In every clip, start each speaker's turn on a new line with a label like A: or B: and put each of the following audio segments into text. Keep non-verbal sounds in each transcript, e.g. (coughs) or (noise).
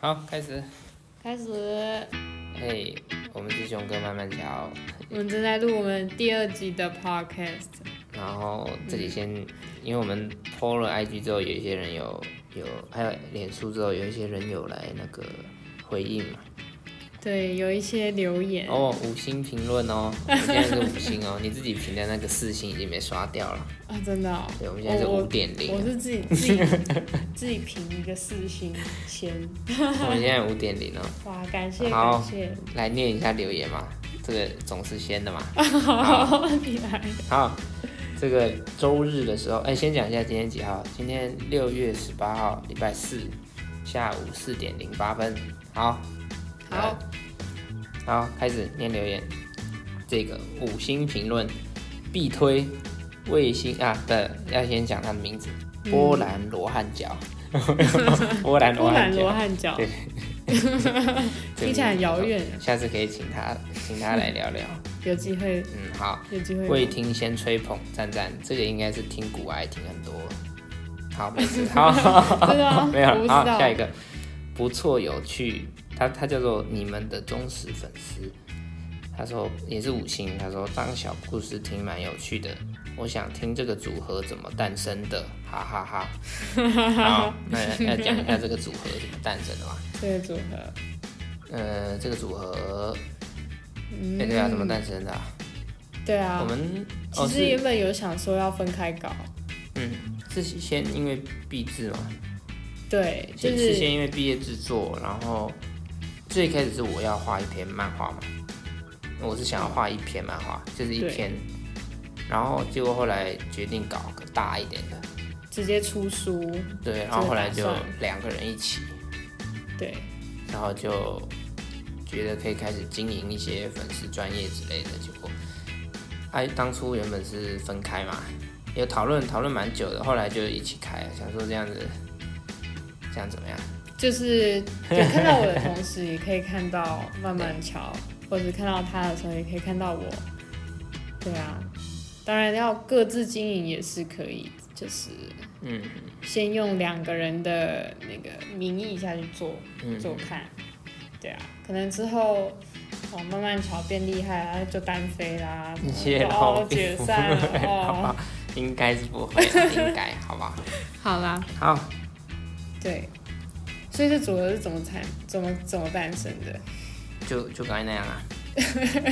A: 好，开始。
B: 开始，
A: 嘿、我们是熊哥慢慢瞧。
B: 我们正在录我们第二集的 podcast。
A: 然后这里先，因为我们 PO 了 IG 之后，有一些人有有，还有脸书之后，有一些人有来那个回应嘛。
B: 对，有一些留言，
A: 哦，五星评论哦，我们现在是五星 (laughs) 哦，你自己评的那个四星已经被刷掉了。
B: 啊，真的、哦，
A: 对，我们现在是
B: 我
A: 五点
B: 我
A: 零，啊
B: 是自己自
A: (laughs)
B: 己自己评一个四星先，
A: 我们现在五点零哦。
B: 哇，感谢
A: 好
B: 感谢，
A: 来念一下留言嘛，这个总是先的嘛。
B: 好，你来，
A: 好，这个周日的时候，哎、先讲一下今天几号？今天六月十八号，礼拜四下午四点零八分。好，
B: 好，
A: 好，开始念留言。这个五星评论必推卫星啊，对，要先讲他的名字，
B: 嗯
A: 波兰罗汉
B: (laughs)
A: 脚，波兰罗
B: 波
A: 汉
B: 兰罗
A: 脚，
B: 汉脚 (laughs)
A: 对，这个
B: 听起来很遥远啊
A: 下次可以请他，请他来聊聊。
B: 有机会
A: 嗯，好。
B: 有机会
A: 未听先吹捧，赞赞，这个应该是听古癌听很多。
B: (laughs)
A: 好，没事，好， (laughs)
B: 真的吗
A: 没有
B: 啊我
A: 了，
B: 不知
A: 好，
B: 道
A: 下一个，不错，有趣，他他叫做你们的忠实粉丝，他说也是五星，他说当小故事听蛮有趣的，我想听这个组合怎么诞生的，哈哈哈
B: (laughs)
A: 好，那要讲一下这个组合怎么诞生的吗？
B: 这个组合，
A: 呃，这个组合，
B: 嗯
A: 哎、对啊，怎么诞生的啊、
B: 对
A: 我
B: 啊，
A: 们
B: 其
A: 哦
B: 实
A: 是。
B: 原本有想说要分开搞，
A: 嗯，是先因为毕制嘛，
B: 对，就是是
A: 先因为毕业制作，然后最开始是我要画一篇漫画嘛，我是想要画一篇漫画，就是一
B: 对
A: 篇，然后结果后来决定搞个大一点的，
B: 直接出书，
A: 对，然后后来就
B: 这个打算
A: 两个人一起，
B: 对，
A: 然后就觉得可以开始经营一些粉丝专业之类的，结果哎，当初原本是分开嘛，有讨论讨论蛮久的，后来就一起开了，想说这样子，这样怎么样？
B: 就是有看到我的同时，也可以看到慢慢瞧，或者看到他的时候，也可以看到我。对啊，当然要各自经营也是可以，就是
A: 嗯
B: 先用两个人的那个名义下去做
A: 嗯，
B: 做看。对啊，可能之后哦慢慢瞧变厉害啊，就单飞啦，
A: 你
B: 什
A: 谢
B: 么
A: 老
B: 哦
A: 并
B: 解
A: 不 (laughs)
B: 散了
A: 会好不
B: 哦
A: 好，应该是不会啦，应该好不好？
B: 好啦，
A: 好，
B: 对。所以这组合是怎么产、怎么怎么诞生的？
A: 就就刚才那样 (laughs) 啊，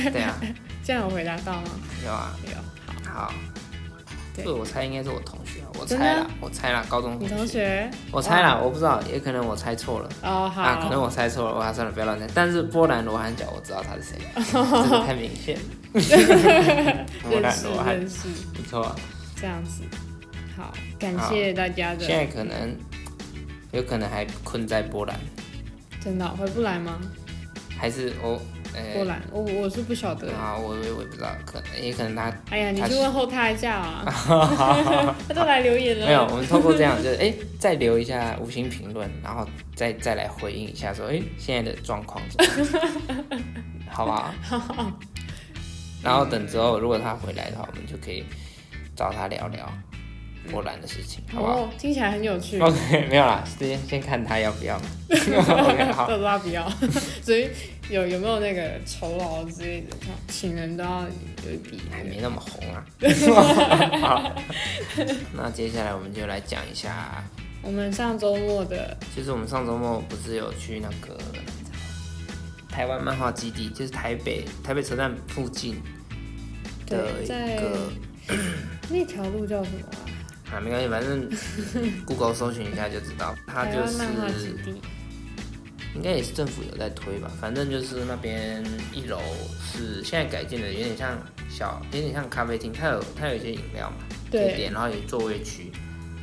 A: 对啊，
B: 这样有回答到吗？
A: 有啊，
B: 没有。
A: 好。
B: 对
A: 这个我猜应该是我同学啊，我
B: 真的
A: 猜啦，我猜啦，高中
B: 你同学？
A: 我猜啦，我不知道，也可能我猜错了。
B: 哦，好，
A: 啊，可能我猜错了，我还算了，不要乱猜。但是波兰罗汉脚，我知道他是谁， (laughs) 这个太明 (laughs) 显了。波
B: 认
A: 兰
B: 识
A: 罗汉
B: 认识
A: 不错啊，
B: 这样子。好，感谢大家
A: 现
B: 的，
A: 在可能有可能还困在波兰，
B: 真的哦回不来吗？
A: 还是我呃
B: 波兰，我我是不晓得。
A: 啊，我我我也不知道，可能也可能他
B: 哎呀，你
A: 他
B: 去
A: 是
B: 问后他一下
A: (laughs)
B: 啊， (laughs) 他都来留言了。哦
A: 没有。我们透过这样就是 (laughs) 哎、再留一下五星评论，然后再再来回应一下说哎、现在的状况怎么样，好不好？ (laughs) 然后等之后如果他回来的话，我们就可以找他聊聊波兰的事情，好不好？
B: 哦，听起来很有趣。
A: (laughs) OK，没有啦，先先看他要不要嘛。OK，好，
B: (laughs) 都拉不要，所以有有没有那个酬劳之类的，像请人都要有一笔那
A: 还
B: 个。
A: 没那么红啊。 (laughs) 好，那接下来我们就来讲一下，
B: 我们上周末的，
A: 就是我们上周末不是有去那个台湾漫画基地，就是台北台北车站附近的
B: 对，
A: 一
B: 在
A: 个
B: 那条路叫什么啊？
A: 啊，没关系，反正
B: (laughs)
A: Google 搜寻一下就知道，它
B: 台
A: 就
B: 湾漫画基
A: 是
B: 地。
A: 应该也是政府有在推吧，反正就是那边一楼是现在改建的，有点像小，有点像咖啡厅，它有它有一些饮料嘛，可以
B: 对，
A: 点，然后有座位区，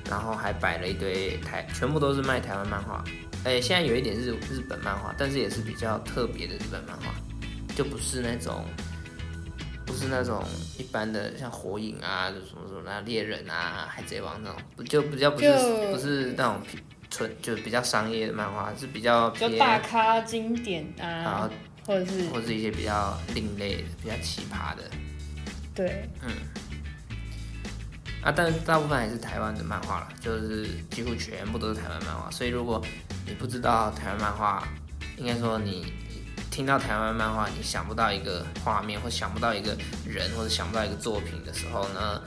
A: 然后还摆了一堆台，全部都是卖台湾漫画，哎、现在有一点是日本漫画，但是也是比较特别的日本漫画，就不是那种。不是那种一般的，像火影啊，就什么什么啊，猎人啊，海贼王那种，不就比较不是
B: 就
A: 不是那种纯，就是比较商业的漫画，是比较
B: 比较
A: 偏
B: 大咖经典
A: 然后
B: 啊，或者是
A: 或是一些比较另类的、比较奇葩的
B: 对
A: 啊，但大部分还是台湾的漫画啦，就是几乎全部都是台湾漫画。所以如果你不知道台湾漫画，应该说你听到台湾漫画，你想不到一个画面，或想不到一个人，或者想不到一个作品的时候呢，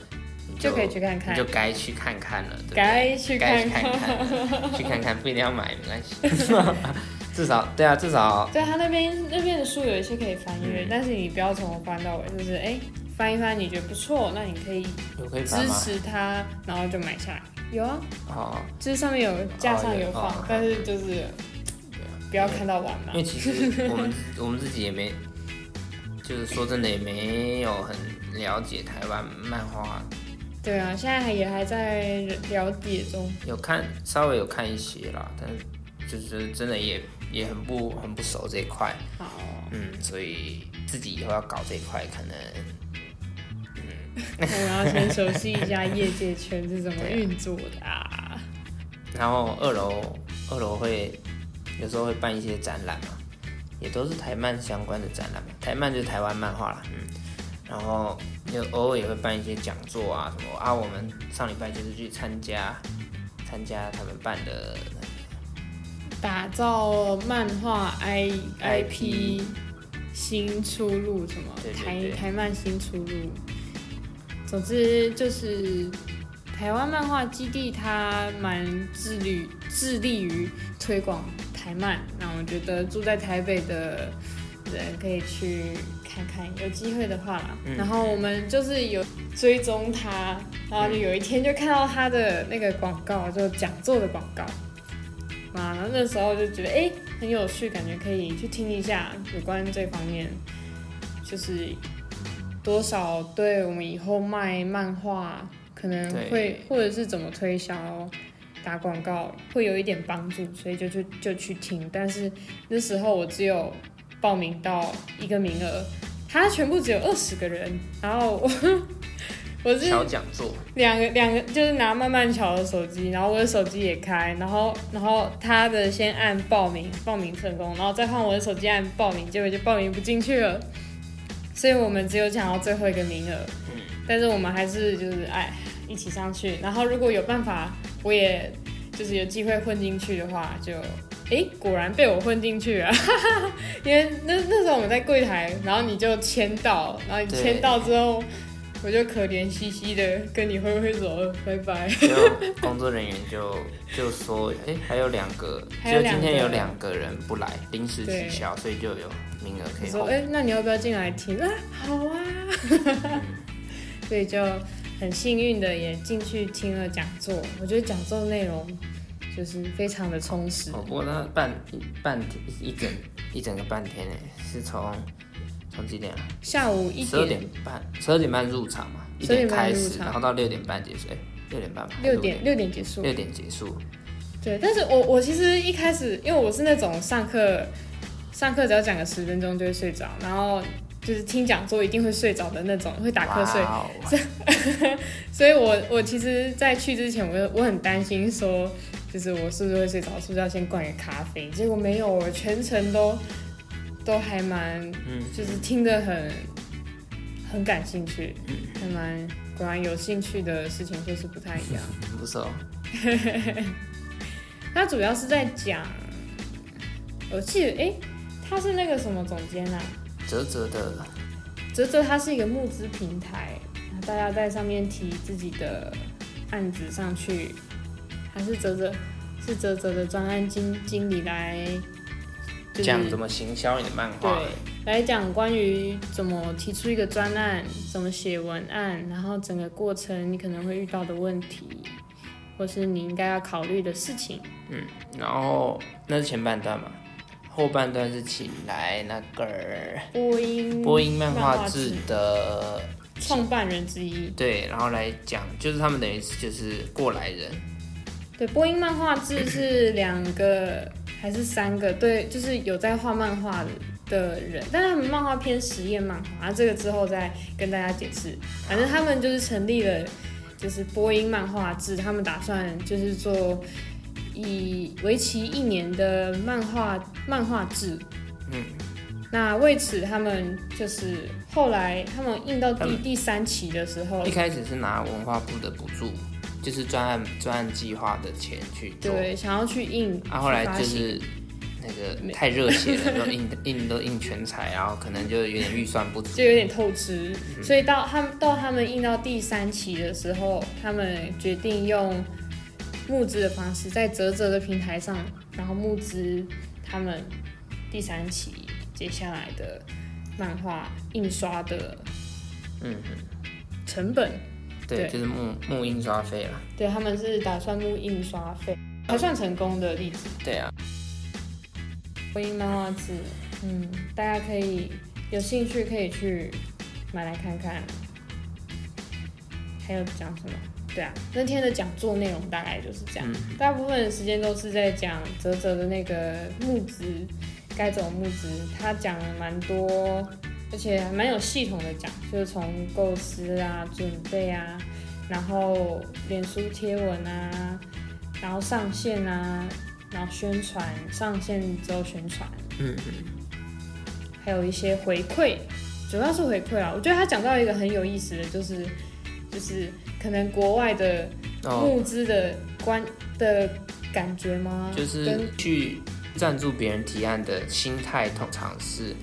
A: 你
B: 就可以去看看
A: 你就该去看看了，对不对
B: 该去
A: 该
B: 看
A: 去看
B: 看。
A: 看，去看看，不一定要买，没
B: (laughs)
A: 关系。 (laughs) 至少对啊，至少
B: 对他那边那边的书有一些可以翻
A: 嗯
B: 阅，但是你不要从头翻到尾，就是哎、翻一翻你觉得不错，那你可以
A: 有可以翻
B: 支
A: 吗？
B: 持他，然后就买下来。有啊，
A: 哦，
B: 就是上面有架上有放，
A: 哦嗯有哦
B: 但是就是不要看到完嘛
A: 因。为其实我们我们自己也没，就是说真的也没有很了解台湾漫画，
B: 对啊，现在还也还在了解中。
A: 有看稍微有看一些啦，但就是真的也也很不很不熟这一块，
B: 好，
A: 嗯，所以自己以后要搞这一块，可能
B: 我们要先熟悉一下业界圈是怎么运作的啊。
A: 然后二楼二楼会有时候会办一些展览嘛，也都是台漫相关的展览嘛。台漫就是台湾漫画啦，嗯。然后就偶尔也会办一些讲座啊什么啊。我们上礼拜就是去参加参加他们办的，
B: 打造漫画 I
A: IP
B: IP 新出路什么
A: 对对对
B: 台台漫新出路，总之就是台湾漫画基地，它蛮致力致力于推广台漫。那我觉得住在台北的人可以去看看，有机会的话啦。
A: 嗯
B: 然后我们就是有追踪他，然后就有一天就看到他的那个广告，就讲座的广告。嘛，然后那时候就觉得哎、诶很有趣，感觉可以去听一下有关这方面，就是多少对我们以后卖漫画可能会
A: 对
B: 或者是怎么推销、打广告会有一点帮助，所以就去就去听。但是那时候我只有报名到一个名额，它全部只有二十个人，然后我我是
A: 小讲座，
B: 两个两个就是拿慢慢瞧的手机，然后我的手机也开，然后然后他的先按报名，报名成功，然后再换我的手机按报名，结果就报名不进去了，所以我们只有抢到最后一个名额，但是我们还是就是哎一起上去，然后如果有办法，我也就是有机会混进去的话，就哎果然被我混进去了， (laughs) 因为那那时候我们在柜台，然后你就签到，然后你
A: 对
B: 签到之后。我就可怜兮兮的跟你挥挥手了，拜拜。
A: 就工作人员
B: (laughs)
A: 就就说，哎、还有两个，
B: 还有
A: 就
B: 两
A: 今
B: 个
A: 天有两个人不来，临时取
B: 对
A: 消，所以就有名额可
B: 你
A: 以
B: 说，
A: 候
B: 哎、那你要不要进来听啊？ (laughs) 好
A: (laughs)
B: 啊，所以就很幸运的也进去听了讲座。我觉得讲座内容就是非常的充实，
A: 哦，不过那半半天一整一整个半天呢，是从从几点啊？
B: 下午一
A: 十二
B: 点、
A: 点半，十二点半入场嘛，一
B: 12点半
A: 开
B: 入
A: 始，
B: 场
A: 然后到六点半结束，哎、六点半吧，还是
B: 六点六点结束。
A: 六点结束，
B: 对，但是我我其实一开始，因为我是那种上课上课只要讲个十分钟就会睡着，然后就是听讲座一定会睡着的那种，会打瞌睡。
A: 哇哦
B: 所以我我其实，在去之前我，就我很担心说，就是我是不是会睡着，是不是要先灌个咖啡？结果没有，我全程都都还蛮，
A: 嗯
B: 就是听得很很感兴趣，还蛮果然有兴趣的事情就是不太一样。
A: 很不错，
B: 他主要是在讲，我记得诶，他是那个什么总监啊，
A: 泽泽的，
B: 泽泽它是一个募资平台，大家在上面提自己的案子上去，还是泽泽是泽泽的专案经经理来，就
A: 这
B: 是
A: 样怎么行销你的漫画？
B: 对来讲关于怎么提出一个专案，怎么写文案，然后整个过程你可能会遇到的问题，或是你应该要考虑的事情。
A: 然后那是前半段嘛，后半段是请来那个
B: 播音
A: 播音漫
B: 嗯漫
A: 画
B: 画
A: 志
B: 志
A: 的
B: 创办人之一，
A: 对，然后来讲，就是他们等于是就是过来人，
B: 对，播音漫画志是两个还是三个？对，就是有在画漫画的人，但他们漫画偏实验漫画，啊，这个之后再跟大家解释。反正他们就是成立了，就是播音漫画志，他们打算就是做以为期一年的漫画漫画志。嗯，那为此他们就是后来他们印到
A: 他
B: 第第三期的时候
A: 一，开始是拿文化部的补助，就是专案专案计划的钱去做，
B: 对，想要去印，
A: 啊，后来
B: 去发
A: 就
B: 行
A: 是那个太热血了，就印印都印全彩，然后可能就有点预算不足，
B: 就有点透支，
A: 嗯
B: 所以到他们到他们印到第三期的时候，他们决定用募资的方式，在泽泽的平台上，然后募资他们第三期接下来的漫画印刷的
A: 嗯
B: 成本，
A: 对，
B: 对
A: 就是木木印刷费啦。
B: 对他们是打算募印刷费，还算成功的例子。
A: 对啊，
B: 婚姻漫画志，嗯，大家可以有兴趣可以去买来看看。还有讲什么？对啊，那天的讲座内容大概就是这样，大部分的时间都是在讲泽泽的那个募资该怎么募资，他讲了蛮多，而且还蛮有系统的讲，就是从构思啊、准备啊，然后脸书贴文啊，然后上线啊，然后宣传上线之后宣传，
A: 嗯
B: 还有一些回馈，主要是回馈啊。我觉得他讲到一个很有意思的，就是就是可能国外的
A: 哦，
B: 募资的观、的感觉吗？
A: 就是
B: 跟
A: 去赞助别人提案的心态，通常是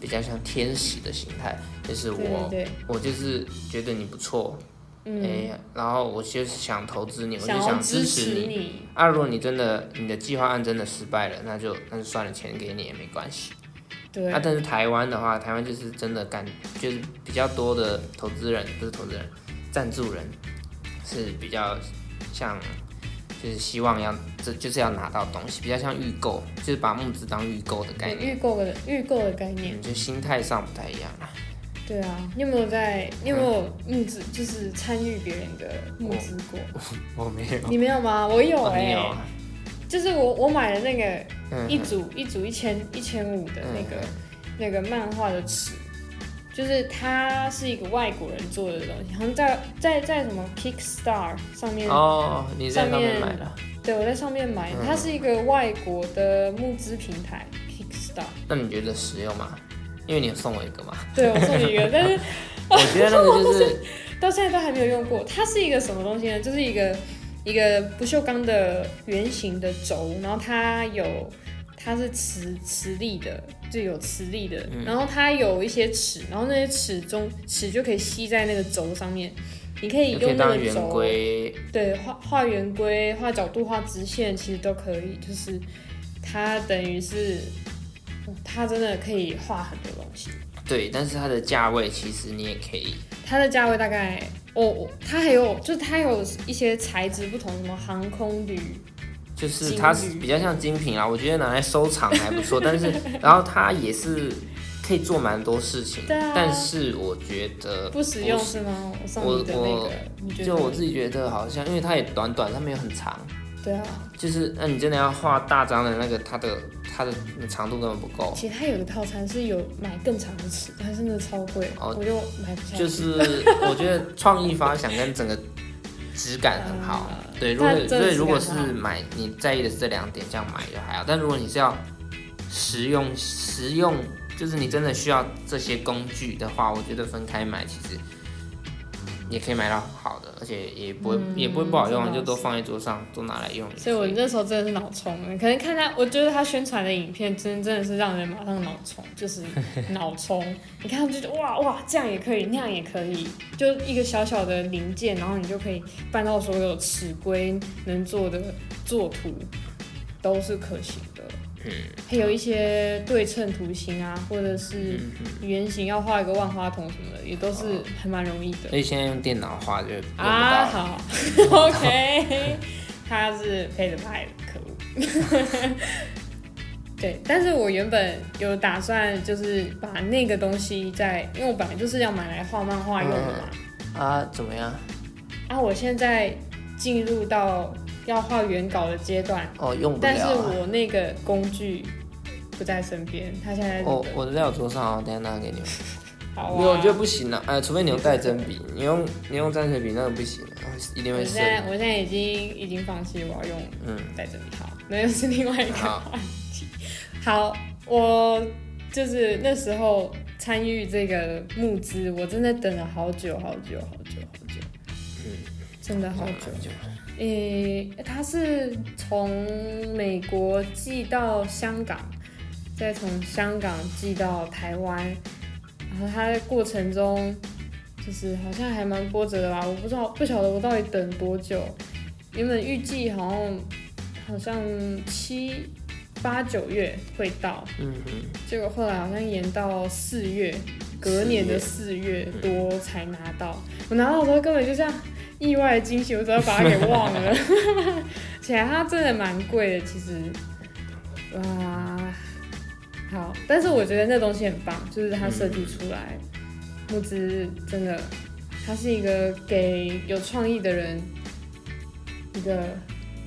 A: 比较像天使的心态，就是
B: 对
A: 我
B: 对对，
A: 我就是觉得你不错，哎、
B: 嗯，
A: 然后我就是想投资你，我就
B: 要
A: 想
B: 支
A: 持你。
B: 你，
A: 啊，如果你真的你的计划案真的失败了，那就那就算了，钱给你也没关系。
B: 对
A: 啊，但是台湾的话，台湾就是真的干，就是比较多的投资人不是投资人，赞助人是比较像，就是希望要这就是要拿到东西，比较像预购，就是把募资当预购的概念，
B: 预购的预购的概念。
A: 嗯，就心态上不太一样啦。
B: 对啊，你有没有在？你有没有募资？就是参与别人的募资过？
A: 嗯我没有，
B: 你没有吗？我有
A: 我
B: 哎、
A: 没有，啊
B: 就是我我买了那个
A: 嗯，
B: 一组一组一千一千五的那个、那个漫画的尺，就是它是一个外国人做的东西，好像在在在什么 Kickstar 上面，
A: 哦，你在
B: 上
A: 上面
B: 面
A: 买的，
B: 对我在上面买，
A: 嗯
B: 它是一个外国的募资平台 Kickstar，
A: 那你觉得实用吗？因为你有送我一个嘛，
B: 对我送你一个，但是
A: 我觉得那
B: (laughs)
A: 个就是
B: 到现在都还没有用过。它是一个什么东西呢？就是一个一个不锈钢的圆形的轴，然后它有它是磁磁力的，就有磁力的，
A: 嗯
B: 然后它有一些齿，然后那些齿中齿就可以吸在那个轴上面，你可以
A: 也可以
B: 用那
A: 当
B: 个
A: 圆
B: 轴，
A: 规，
B: 对，画画圆规、画角度、画直线，其实都可以。就是它等于是它真的可以画很多东西。
A: 对，但是它的价位其实你也可以，
B: 它的价位大概，我、我它还有就是它有一些材质不同，什么航空铝，
A: 就是
B: 金
A: 它是
B: 鱼
A: 比较像精品啊，我觉得拿来收藏还不错，但是然后它也是可以做蛮多事情，
B: 对啊
A: 但是我觉得
B: 不实用是吗？我送你的那
A: 我
B: 个，你觉得？
A: 就我自己觉得好像，因为它也短短，它没有很长，
B: 对啊，
A: 就是嗯那、你真的要画大张的那个，它的它的长度根本不够，
B: 其实它有个套餐是有买更长的尺，但真的超贵，
A: 哦
B: 我就买不下。
A: 就是我觉得创意发想跟整个质感很好。
B: 呃
A: 对，如果
B: 它真的
A: 所以如果
B: 质
A: 是
B: 感很好
A: 买你在意的是这两点，这样买就还好。但如果你是要实用实用，就是你真的需要这些工具的话，我觉得分开买其实嗯也可以买到好的，而且也不会、也不会不好用啊，
B: 真的
A: 就都放在桌上，都拿来用也可。
B: 嗯所以我那时候真的是脑充了，可能看他，我觉得他宣传的影片真真的是让人马上脑充，就是脑充。 (laughs) 你看就觉得哇哇，这样也可以，那样也可以，就一个小小的零件，然后你就可以办到所有尺规能做的作图都是可行的。还有一些对称图形啊，或者
A: 嗯
B: 是圆形要画一个万花筒什么的，也都是还蛮容易的。
A: 所以现在用电脑画就用不到
B: 啊，
A: 了。
B: 好 (laughs) ，OK，他是配的派的，可恶。 (laughs) 对，但是我原本有打算，就是把那个东西在，因为我本来就是要买来画漫画用的嘛。
A: 啊，怎么样？
B: 啊，我现在进入到要画原稿的阶段，
A: 哦，用不
B: 但是
A: 了、啊。
B: 我那个工具不在身边，他现在在日
A: 我
B: 本
A: 我的在我桌上啊，我等一下拿给你们。
B: 好
A: 没有，我
B: 啊
A: 觉。得不行啊。呃，除非你用带针笔，你用你用蘸水笔那个不行，啊一定
B: 我
A: 会
B: 现
A: 生。
B: 在我现在已经已经放弃我要用
A: 嗯，
B: 在这里好，那又是另外一个
A: 好
B: 话题。好，我就是那时候参与这个募资，我真的等了好久好久好久好久。嗯，真的好
A: 好
B: 久。
A: 久了，
B: 诶、他是从美国寄到香港，再从香港寄到台湾，然后他在过程中就是好像还蛮波折的吧，我不知道不晓得我到底等多久，原本预计好像好像七八九月会到，
A: 嗯嗯，
B: 结果后来好像延到四月，隔年的四月多才拿到。我拿到的时候根本就像意外的惊喜，我早就把它给忘了。 (laughs) 而且它真的蛮贵的，其实，哇，好，但是我觉得那东西很棒，就是它设计出来，
A: 嗯
B: 木之真的，它是一个给有创意的人一个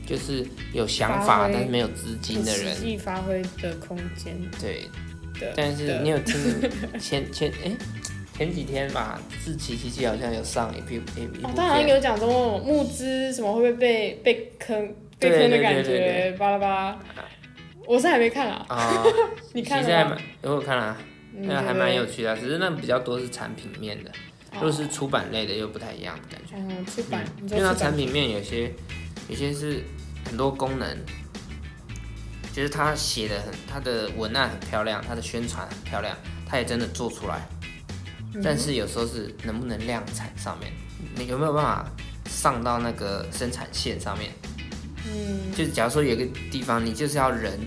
A: 就是有想法
B: 发挥
A: 但是没有资金的
B: 实
A: 人，
B: 际发挥的空间
A: 对。
B: 的。
A: 但是
B: 的
A: 你有听 (laughs) 前前哎、前几天吧，志奇奇奇好像有上一部一一部
B: 哦，他好像
A: 片，
B: 有讲说募资什么会不会被被坑被坑的感
A: 对对对
B: 觉，巴拉巴拉。我是还没看啊，
A: 啊，
B: (laughs) 你
A: 其
B: 看
A: 实还
B: 了吗？
A: 蛮，我有看啊，
B: 嗯
A: 那还蛮有。趣的啊，只是那比较多是产品面的，
B: 哦
A: 如果是出版类的又不太一样的感觉。
B: 嗯，出版，你
A: 因
B: 说
A: 为它
B: 出
A: 产
B: 版，
A: 品面有些有些是很多功能，就是它写的很，它的文案很漂亮，它的宣传很漂亮，它也真的做出来，
B: 嗯
A: 但是有时候是能不能量产上面，你有没有办法上到那个生产线上面？
B: 嗯，
A: 就假如说有一个地方，你就是要人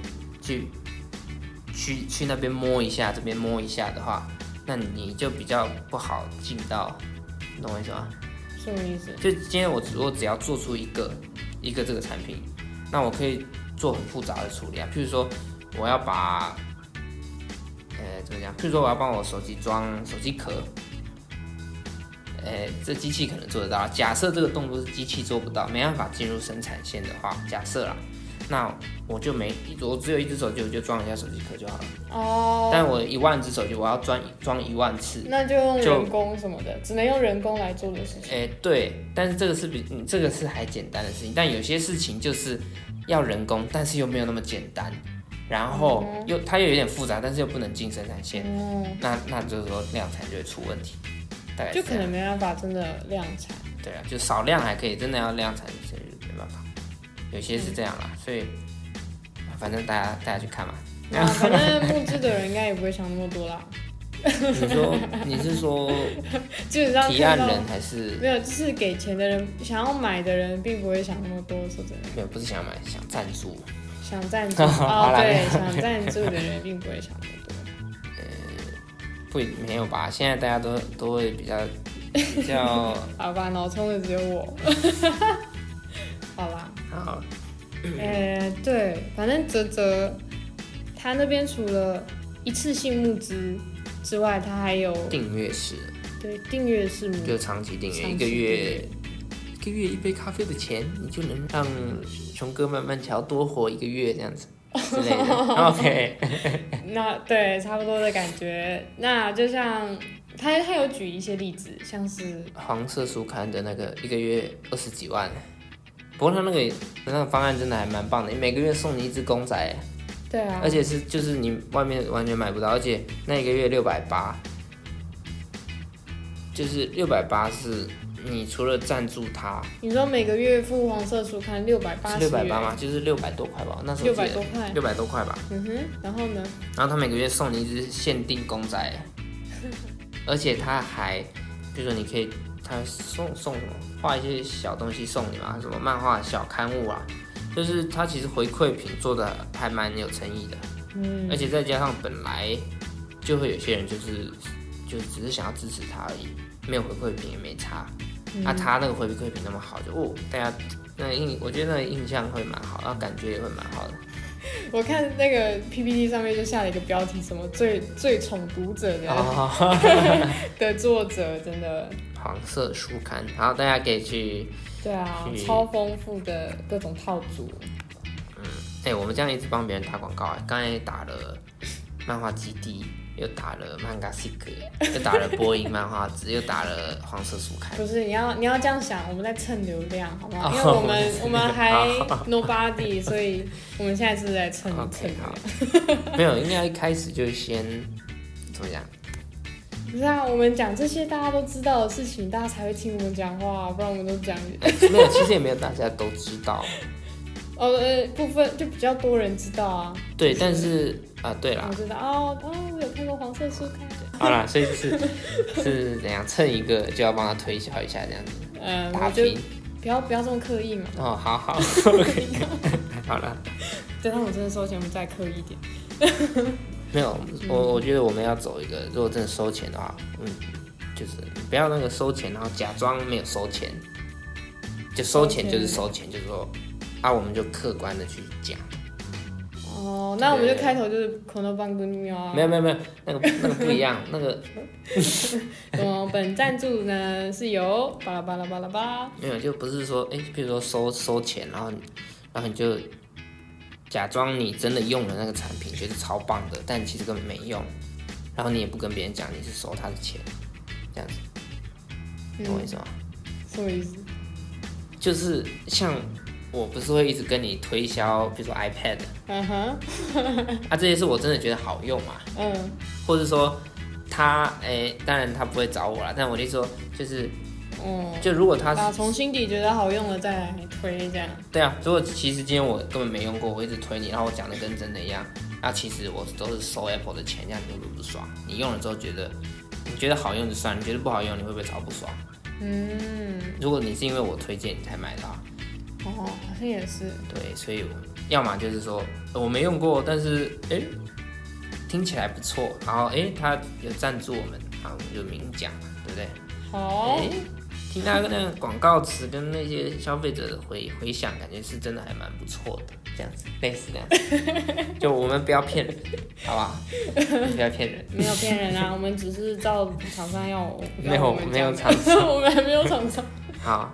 A: 去去去那边摸一下，这边摸一下的话，那你就比较不好进到，你懂我意思吗？
B: 什么意思？
A: 就今天我只我只要做出一个一个这个产品，那我可以做很复杂的处理啊，譬如说我要把，呃，怎么讲？譬如说我要帮我手机装手机壳，呃，这机器可能做得到。假设这个动作是机器做不到，没办法进入生产线的话，假设啦，那我就没我只有一只手机，我就装一下手机壳就好了。
B: 哦，
A: 但我一万只手机，我要装装一万次，
B: 那就用
A: 就
B: 人工什么的，只能用人工来做的事情。
A: 哎、对，但是这个是比嗯，这个是还简单的事情，但有些事情就是要人工，但是又没有那么简单，然后又它又有点复杂，但是又不能进生产线，
B: 嗯，
A: 那那就是说量产就会出问题，大概
B: 就是可
A: 这
B: 能
A: 样。
B: 没办法真的量
A: (laughs)
B: 产。
A: 对啊，就少量还可以，真的要量产是没办法，有些是这样啦，所以反正大家大家去
B: (laughs)
A: 看嘛。
B: 啊，反正募资的人应该也不会想那么
A: (laughs)
B: 多啦，
A: 你说你是
B: (laughs)
A: 说
B: 基本上
A: 提案
B: 看到
A: 人还是
B: 没有，就是给钱的人想要买的人并不会想那么多，说真的。
A: 没有不是想买想赞助？
B: 想赞
A: (laughs)
B: 助
A: 好
B: 哦，
A: 啦
B: 对，想赞助的人并不会想那么多。
A: 不没有吧？现在大家都都会比较比较
B: 好吧，脑充的只有我。 (laughs)
A: (clears throat)
B: 好啦，
A: 好，
B: 呃，对，反正泽泽他那边除了一次性募资之外，他还有
A: 订阅式
B: 对订阅式募
A: 就长期订阅，
B: 长期
A: 一个月一个月一杯咖啡的钱，你就能让
B: 嗯
A: 熊哥慢慢瞧多活一个月这样
B: (laughs)
A: 子之类的。OK，
B: 那对，差不多的感觉。那就像他他有举一些例子，像是
A: 黄色书刊的那个一个月二十几万，不过他那个那个方案真的还蛮棒的，每个月送你一只公仔，
B: 对啊
A: 而，且是就是你外面完全买不到，而且那一个月六百八，就是六百八是你除了赞助他
B: 你说每个月付黄色书刊六百八
A: 是
B: 十
A: 六百
B: 元，
A: 八吗？就是六百多块吧，那时候
B: 六百多块，
A: 六百多块吧。
B: 嗯哼，然后呢？
A: 然后他每个月送你一只限定公仔，而且他还，比如说你可以，他送送什么，画一些小东西送你嘛，什么漫画小刊物啊，就是他其实回馈品做的还蛮有诚意的，
B: 嗯
A: 而且再加上本来就会有些人就是就只是想要支持他而已，没有回馈品也没差，那、他那个回馈品那么好，就哦，大家那印，我觉得那个印象会蛮好，然后感觉也会蛮好的。
B: 我看那个 PPT 上面就下了一个标题，什么最最宠读者的、
A: 哦，
B: 的作者，真的，
A: 黄色书刊，然后大家可以去。
B: 对啊，
A: 是
B: 超丰富的各种套组，
A: 哎、我们这样一直帮别人打广告、哎，刚才打了漫画基地，又打了漫画 s i k 又打了播音漫画纸， (laughs) 又打了黄色书刊。
B: 不是你要你要这样想，我们在蹭流量，好吗？
A: 哦
B: 因为我们
A: 是
B: 我们
A: (laughs)
B: 还 nobody，所以我们现在是在蹭
A: OK，
B: 蹭流量
A: 好，没有，应该一开始就先怎么讲？
B: 不是啊，我们讲这些大家都知道的事情，大家才会听我们讲话、不然我们都讲
A: (laughs) 没有，其实也没有大家都知道。
B: 哦呃部分就比较多人知道啊。
A: 对，但是啊、对啦
B: 我，知道哦哦，我有看过黄色书刊。
A: 好啦，所以是是怎样蹭一个就要帮他推销一下这样子，
B: 嗯，
A: 打
B: 我就
A: 拼。
B: 不要不要这么刻意嘛。
A: 哦，好好， (laughs) 好了，
B: 等他们真的收钱，我们再刻意一点。
A: 没有，我我觉得我们要走一个，如果真的收钱的话，嗯，就是不要那个收钱，然后假装没有收钱，就收钱就是收钱，就是说啊，我们就客观的去讲，
B: 哦，那我们就
A: 对
B: 开头就是口头棒棍喵啊。
A: 没有没有没有，那个那个不一样， (laughs) 那个
B: 我本赞助呢是由巴拉巴拉巴拉巴，
A: 没有，就不是说，哎、比如说收收钱，然后你然后你就假装你真的用了那个产品，觉得超棒的，但其实根本没用，然后你也不跟别人讲你是收他的钱，这样子，
B: 嗯
A: 懂我意思吗？
B: 什么意思？
A: 就是像我不是会一直跟你推销，比如说 iPad
B: 嗯哼，
A: 啊，这些是我真的觉得好用嘛，
B: 嗯
A: 或者说他，哎、当然他不会找我啦，但我就说，就是
B: 哦，
A: 就如果他
B: 把
A: 是
B: 从心底觉得好用了再来推这样。
A: 对啊，如果其实今天我根本没用过，我一直推你，然后我讲的跟真的一样，那其实我都是收 Apple 的钱，这样你会不会不爽？你用了之后觉得你觉得好用就算，你觉得不好用你会不会超不爽？
B: 嗯，
A: 如果你是因为我推荐你才买的、啊，
B: 哦，好像也是。
A: 对，所以我要么就是说呃我没用过，但是哎听起来不错，然后哎他有赞助我们，啊我们就明讲嘛，对不对？
B: 好，
A: 哎听他那个广告词跟那些消费者的回回响，感觉是真的还蛮不错的，这样子类似这样子，
B: (laughs)
A: 就我们不要骗人，好吧？不要骗人，
B: 没有骗人啊，我们只是照厂商要我，
A: 没
B: 要
A: 有
B: 我们
A: 没有
B: 讲
A: 厂
B: 的 (laughs) 我们还没有厂商。
A: 好，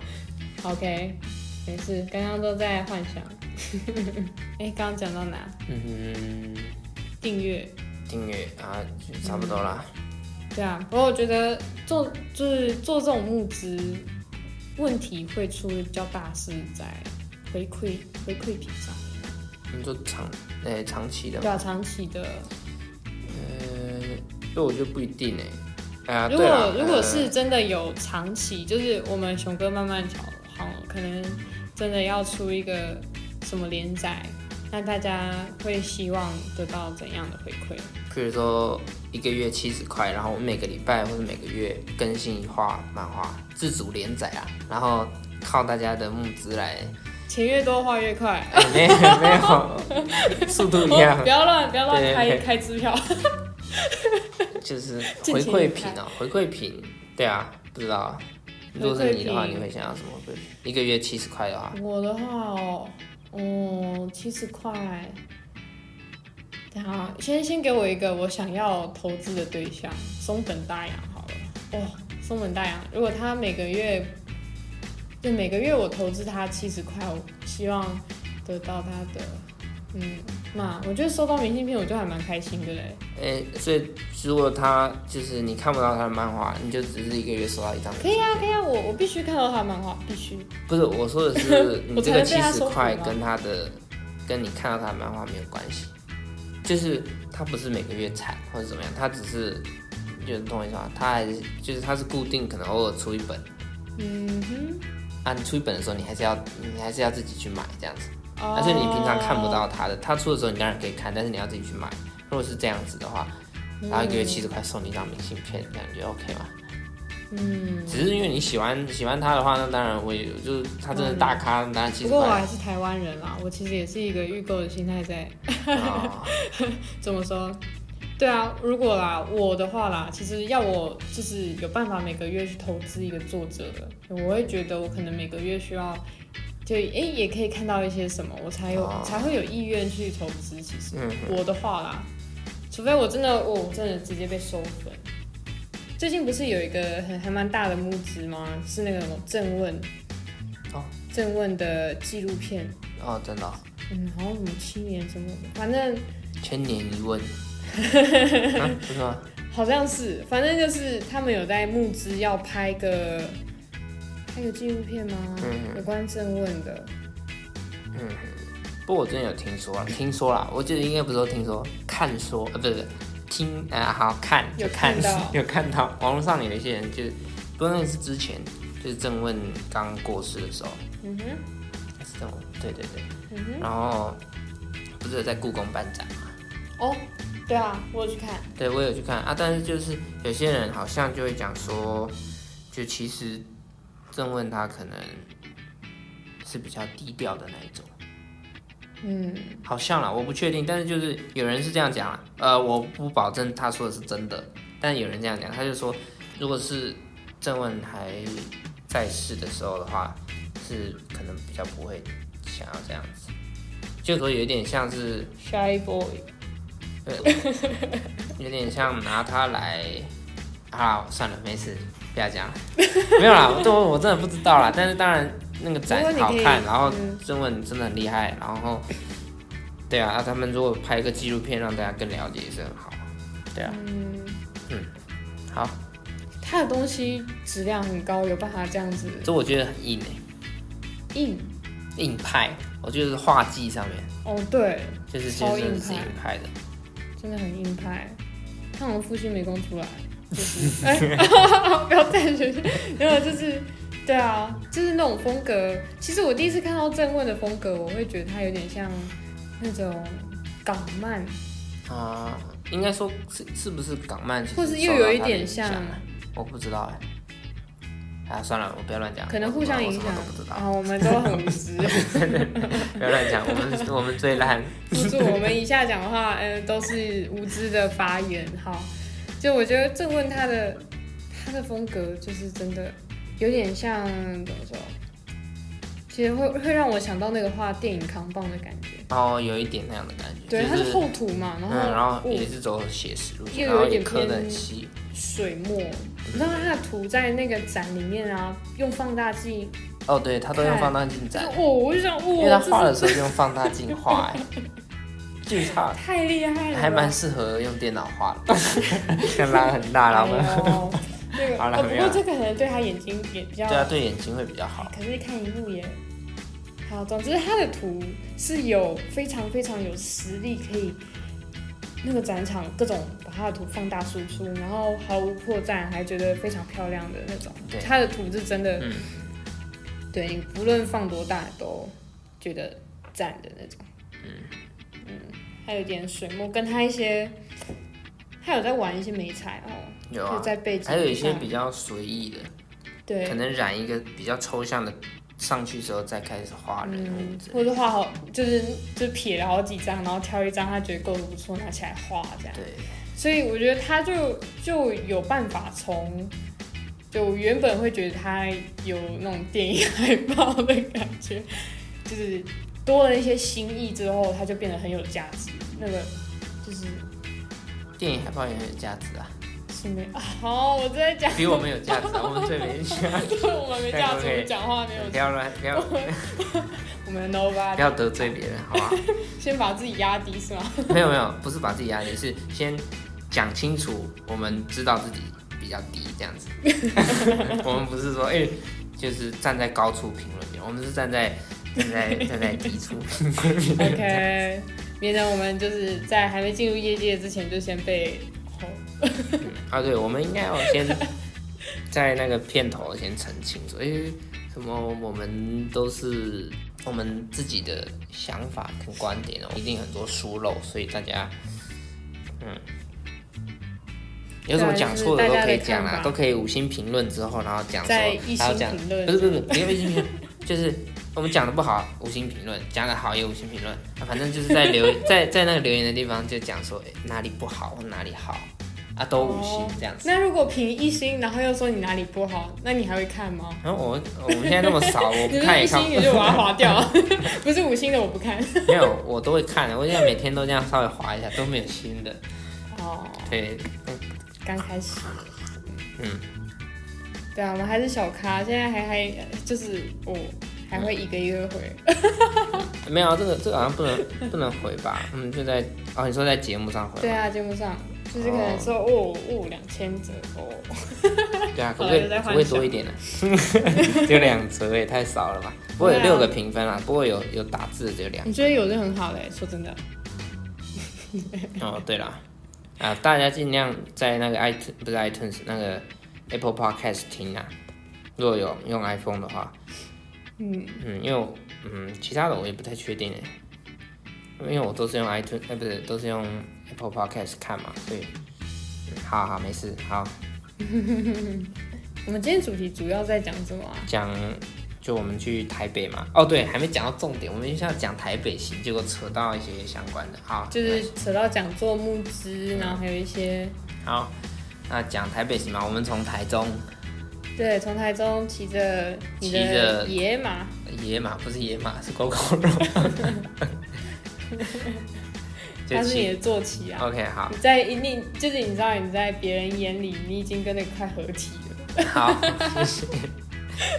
B: OK，没事，刚刚都在幻想。哎，刚刚讲到哪？
A: 嗯，
B: 订阅。
A: 订阅啊，就差不多啦。
B: 对啊，不过我觉得做就是做这种募资，问题会出的比较大是在回馈回馈品上，嗯
A: 你说长，呃、长期的
B: 对
A: 嘛，
B: 啊，长期的。
A: 所以我就不一定哎、哎呀，
B: 如
A: 对啦
B: 果如果
A: 呃
B: 是真的有长期，就是我们熊哥慢慢瞧，好，可能真的要出一个什么连载，那大家会希望得到怎样的回馈？
A: 比如说一个月七十块，然后我每个礼拜或者每个月更新一画漫画，自主连载啊，然后靠大家的募资来，
B: 钱越多花越快，
A: 哎没有没有，速度一样
B: (laughs) 不，要乱不要乱
A: 对
B: 开开支票。
A: 就是
B: 进
A: 回
B: 行
A: 馈品哦，回馈品，对啊，不知道啊。如果是你的话，
B: 回馈
A: 你
B: 品
A: 会想要什么回馈品？一个月七十块的话，
B: 我的话哦，哦，七十块。等一下啊，先先给我一个我想要投资的对象，松本大洋好了。哇、松本大洋，如果他每个月，就每个月我投资他七十块，我希望得到他的，嗯，那我觉得收到明信片我就还蛮开心的嘞。
A: 哎，所以如果他就是你看不到他的漫画，你就只是一个月收到一张。
B: 可以啊，可以啊，我我必须看到他的漫画，必须。
A: 不是我说的是
B: (laughs)
A: 你
B: 我
A: 这
B: 才
A: 个
B: 能
A: 七
B: 被他
A: 十
B: 说服
A: 块
B: 吧
A: 跟他的跟你看到他的漫画没有关系，就是他不是每个月产或者怎么样，他只是就是懂我意思吗？他还是就是他是固定，可能偶尔出一本
B: 嗯哼，
A: 啊，你出一本的时候你还是要你还是要自己去买这样子，
B: 哦
A: 而且你平常看不到他的，他出的时候你当然可以看，但是你要自己去买。如果是这样子的话，然后一个月七十块送你一张明信片，这样你觉得 OK 吗？
B: 嗯，
A: 只是因为你喜欢喜欢他的话，那当然我也就是他真的大咖，当然七十
B: 不过我
A: 块
B: 还是台湾人啦，我其实也是一个预购的心态在。
A: 啊。
B: 怎么说？对啊，如果啦，我的话啦，其实要我就是有办法每个月去投资一个作者的，我会觉得我可能每个月需要，就诶、也可以看到一些什么，我才有、
A: 哦
B: 才会有意愿去投资。其实、
A: 嗯
B: 我的话啦，除非我真的哦我真的直接被收粉。最近不是有一个很还蛮大的募资吗？是那个什么正问，
A: 哦，
B: 正问的纪录片，
A: 哦，真的哦、
B: 嗯，好像什么七年什么的，反正
A: 千年一
B: (laughs)
A: 问，啊，不是吗？
B: 好像是，反正就是他们有在募资要拍个拍个纪录片吗？
A: 嗯
B: 有关正问的，
A: 不过我真的有听说啦，听说啦，我记得应该不是说听说，看说，呃，不是不是听呃好看
B: 有
A: 就看
B: 看
A: (laughs)
B: 到
A: 有看到网络上有一些人就是，不论是之前就是郑问刚过世的时候，
B: 嗯哼，
A: 是郑问对对对，
B: 嗯哼，
A: 然后不是有在故宫办展嘛，
B: 哦，对啊，我有去看，
A: 对我有去看啊，但是就是有些人好像就会讲说，就其实郑问他可能是比较低调的那一种。
B: 嗯，
A: 好像啦，我不确定，但是就是有人是这样讲啦，呃，我不保证他说的是真的，但有人这样讲，他就说，如果是郑问还在世的时候的话，是可能比较不会想要这样子，就说有点像是，
B: Shy Boy，
A: 有点像拿他来，啊，算了，没事，不要讲了， (laughs) 没有啦，我我我真的不知道啦，但是当然那个展
B: 不过你
A: 好
B: 可以
A: 看，然后
B: 嗯
A: 郑问真的很厉害，然后对啊，啊他们如果拍一个纪录片让大家更了解也是很好。对啊，
B: 嗯，
A: 好，
B: 他的东西质量很高，有办法这样子
A: 这我觉得很硬诶、
B: 硬，
A: 硬派，我觉得是画技上面
B: 哦，对，
A: 就是就
B: 超
A: 是
B: 硬
A: 是
B: 派
A: 硬派的，
B: 真的很硬派。看我复兴没供出来，就是哎，不要再学习，没有就是。对啊，就是那种风格。其实我第一次看到郑问的风格，我会觉得他有点像那种港漫，
A: 啊、应该说是是不是港漫其实
B: 或是又
A: 受到
B: 有一
A: 它的
B: 点
A: 影响
B: 像
A: 啊我不知道哎、啊，算了，我不要乱讲，
B: 可能
A: 我
B: 互相
A: 我
B: 影
A: 什么
B: 响
A: 都不知道。
B: 啊，我们都很
A: (laughs)
B: 无知。
A: 不要乱讲，我们 (laughs) 我们最烂。
B: 记住，我们以下讲的话，嗯、都是无知的发言。好，就我觉得郑问他的他的风格，就是真的有点像怎么说？其实会会让我想到那个画电影《扛棒》的感觉。
A: 然后有一点那样的感觉，
B: 对，它
A: 就是
B: 厚土嘛，然后、
A: 嗯，然后
B: 哦
A: 也是走写实路线，
B: 又
A: 然后
B: 有一
A: 也
B: 点
A: 刻的
B: 偏
A: 很细，
B: 水墨，你知道他的图在那个展里面啊，用放大镜，
A: 哦，对他都用
B: 看
A: 放大镜
B: 就
A: 展
B: 是，哦，我就想，
A: 因为他
B: 哇、
A: 画的
B: 这
A: 时候用放大镜画、
B: (laughs)
A: 哎，就是他
B: 是太厉害了吧，
A: 还蛮适合用电脑画
B: (laughs)
A: 的， (laughs) 像拉很大，然后呢，
B: 哎呦那
A: (laughs)
B: 个，
A: 好了
B: 哦
A: 没
B: 不
A: 有
B: 过
A: 了
B: 这可能对他眼睛也比较
A: 对啊，对眼睛会比较好。
B: 可是看一幕也好，总之他的图是有非常非常有实力，可以那个展场各种把他的图放大输出，然后毫无破绽，还觉得非常漂亮的那种
A: 对。
B: 他的图是真的，
A: 嗯
B: 对你不论放多大都觉得赞的那种。嗯嗯，还有一点水墨，跟他一些，他有在玩一些美彩哦，
A: 有
B: 就
A: 啊，
B: 在背景
A: 还有一些
B: 上
A: 比较随意的，
B: 对
A: 可能染一个比较抽象的上去之后，再开始画人物
B: 嗯
A: 之，类的。
B: 或者画好，就是就撇了好几张，然后挑一张他觉得构图不错，拿起来画这样。
A: 对，
B: 所以我觉得他就就有办法从，就原本会觉得他有那种电影 (laughs) 海报的感觉，就是多了一些新意之后，他就变得很有价值。那个就是
A: 电影海报也很有价值啊，
B: 是没啊，好，我正在讲， (laughs)
A: 比我们有价值啊，我们最没价值。
B: 对我
A: (laughs)
B: 们没价值，我们讲话 (laughs) 没有
A: 不，要乱，不要
B: 我们 nobody，
A: 不要得罪别人，好 (laughs) 吧？
B: 先把自己压低是吗？
A: 没有没有，不是把自己压低，是先讲清楚，我们知道自己比较低这
B: (laughs)
A: 样子。 (laughs) 我们不是说哎、就是站在高处评论别人，我们是站在站在站在低处评论别人。
B: OK，免得我们就是在还没进入业界之前就先被吼。
A: 啊，对，我们应该要
B: (laughs)
A: 先在那个片头先澄清说，哎、什么我们都是我们自己的想法跟观点哦，一定很多疏漏，所以大家，嗯，有什么讲错的都可以讲
B: 啊对就是大家的看
A: 啦
B: 法，
A: 都可以五星评论之后，然后讲说，
B: 在一
A: 然
B: 星
A: 后讲，
B: 评论
A: 不是不是，不是，不要一星评论，就是。我们讲的不好，五星评论；讲的好也五星评论。啊反正就是在留 (laughs) 在在那个留言的地方就讲说、哎哪里不好，哪里好啊，都五星这样子。
B: 那如果评一星，然后又说你哪里不好，那你还会看吗？
A: 然后我我们现在那么少，我
B: 你
A: 不
B: 不
A: 看
B: 是
A: 也看
B: 一星
A: 不
B: 你就把它划掉，
A: (laughs)
B: 不是五星的我不看。
A: 没有，我都会看。我现在每天都这样稍微划一下，都没有新的。
B: 哦，
A: 对，
B: 刚开始。
A: 嗯。
B: 对啊，我们还是小咖，现在还还就是我、还会一个一个回。
A: 没有这个这个好像不 (laughs) 能不能回吧？嗯，就在哦，你说在节目上回
B: 对
A: 吗？
B: 啊，节目上就是可能说哦哦两千折哦，
A: 对啊，可不
B: 好了
A: 可以
B: 又在
A: 可不
B: 幻
A: 可以多一点呢、 (laughs) 就两折也太少了吧？不过有
B: 对啊
A: 六个评分啊，不过有有打字的只有两欸
B: 我。觉得有就很好嘞，说真的。
A: 哦，对啦，啊，大家尽量在那个 iTunes 不是 iTunes 那个 Apple Podcast 听啊。如果有用 iPhone 的话，
B: 嗯，
A: 嗯，因为我嗯其他的我也不太确定哎，因为我都是用 iTunes 哎、不是都是用 Apple Podcast 看嘛，所以、嗯好好没事好
B: 我们今天主题主要在讲什么啊？
A: 讲。就我们去台北嘛，哦对，还没讲到重点，我们就是要讲台北行，结果扯到一些相关的，好，
B: 就是扯到讲座募资，然后还有一些
A: 好，那讲台北行嘛，我们从台中
B: 对，从台中骑着你
A: 骑
B: 的
A: 着
B: 野马，
A: 野马不是野马是狗狗肉，就
B: 它是你
A: 骑哦
B: 的坐骑啊。
A: OK 好
B: 你在一定就是你知道你在别人眼里你已经跟那个快合体了，
A: 好，